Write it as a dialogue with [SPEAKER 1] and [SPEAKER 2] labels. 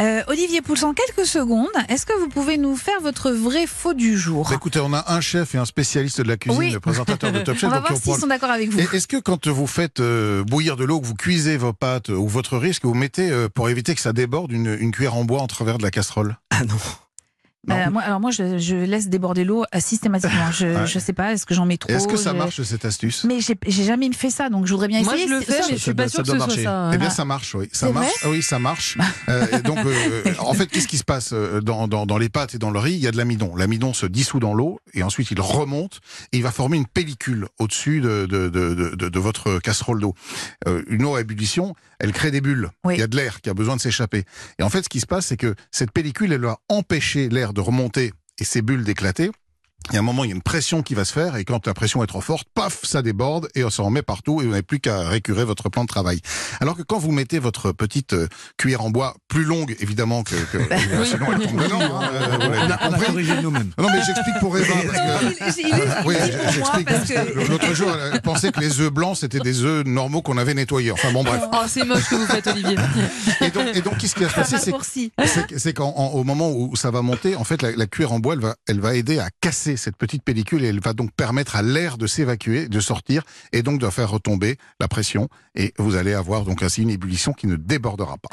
[SPEAKER 1] Euh, Olivier Pouls, en quelques secondes, est-ce que vous pouvez nous faire votre vrai faux du jour
[SPEAKER 2] Bah, Écoutez, on a un chef et un spécialiste de la cuisine,
[SPEAKER 1] Oui.
[SPEAKER 2] le présentateur de Top Chef.
[SPEAKER 1] On va
[SPEAKER 2] donc
[SPEAKER 1] voir
[SPEAKER 2] on
[SPEAKER 1] s'ils
[SPEAKER 2] prend-
[SPEAKER 1] sont d'accord avec vous.
[SPEAKER 2] Et Est-ce que quand vous faites euh, bouillir de l'eau, que vous cuisez vos pâtes euh, ou votre riz, est-ce que vous mettez, euh, pour éviter que ça déborde, une, une cuillère en bois en travers de la casserole
[SPEAKER 3] Ah non.
[SPEAKER 2] non.
[SPEAKER 1] Euh, moi- alors moi, je, je laisse déborder l'eau euh, systématiquement. Je ne
[SPEAKER 2] Ouais.
[SPEAKER 1] sais pas, est-ce que j'en mets trop
[SPEAKER 2] Et
[SPEAKER 4] Oh,
[SPEAKER 2] Est-ce que ça
[SPEAKER 1] je-
[SPEAKER 2] marche cette astuce
[SPEAKER 1] Mais j'ai j'ai jamais fait ça, donc je voudrais bien
[SPEAKER 4] Moi,
[SPEAKER 1] essayer.
[SPEAKER 4] je le
[SPEAKER 1] C'est-
[SPEAKER 4] fais,
[SPEAKER 1] ça-
[SPEAKER 4] mais je suis
[SPEAKER 3] doit-
[SPEAKER 4] pas sûre que
[SPEAKER 3] doit
[SPEAKER 4] ce soit
[SPEAKER 3] marcher.
[SPEAKER 4] ça.
[SPEAKER 2] Eh
[SPEAKER 4] hein.
[SPEAKER 2] bien, ça marche, oui. Ça
[SPEAKER 4] C'est
[SPEAKER 2] marche. Ah oui, ça marche. Euh, et donc, euh, en fait, qu'est-ce qui se passe euh, dans, dans- dans les pâtes et dans le riz Il y a de l'amidon. L'amidon se dissout dans l'eau et ensuite il remonte et il va former une pellicule au-dessus de, de- de- de- de- de votre casserole d'eau. Euh, une eau à ébullition, elle crée des bulles.
[SPEAKER 1] Oui.
[SPEAKER 2] Il y a de l'air qui a besoin de s'échapper. Et en fait, ce qui se passe, c'est que cette pellicule, elle va empêcher l'air de remonter et ces bulles d'éclater. Il y a un moment, il y a une pression qui va se faire, et quand la pression est trop forte, paf, ça déborde, et on s'en remet partout, et vous n'avez plus qu'à récurer votre plan de travail. Alors que quand vous mettez votre petite euh, cuillère en bois, plus longue, évidemment, que, que
[SPEAKER 4] oui.
[SPEAKER 2] sinon elle tombe dedans, hein, euh, vous l'avez bien
[SPEAKER 3] On a
[SPEAKER 2] compris.
[SPEAKER 3] corrigé nous-mêmes.
[SPEAKER 2] Non, mais j'explique pour Eva. parce
[SPEAKER 1] Non,
[SPEAKER 2] que-
[SPEAKER 1] Oh, il- il- il est-
[SPEAKER 2] oui,
[SPEAKER 1] il est
[SPEAKER 2] je-
[SPEAKER 1] pour moi
[SPEAKER 2] j'explique.
[SPEAKER 1] parce que-
[SPEAKER 2] L'autre jour, elle pensait que les œufs blancs, c'était des œufs normaux qu'on avait nettoyés. Enfin bon, bref.
[SPEAKER 4] Oh, c'est moche que vous faites, Olivier.
[SPEAKER 2] Et donc, et donc qu'est-ce qui va se
[SPEAKER 1] ça
[SPEAKER 2] passer Ah, c'est que-
[SPEAKER 1] raccourcit.
[SPEAKER 2] c'est que- C'est qu'au moment où ça va monter, en fait, la, la cuillère en bois, elle va, elle va aider à casser cette petite pellicule et elle va donc permettre à l'air de s'évacuer, de sortir et donc de faire retomber la pression. Et vous allez avoir donc ainsi une ébullition qui ne débordera pas.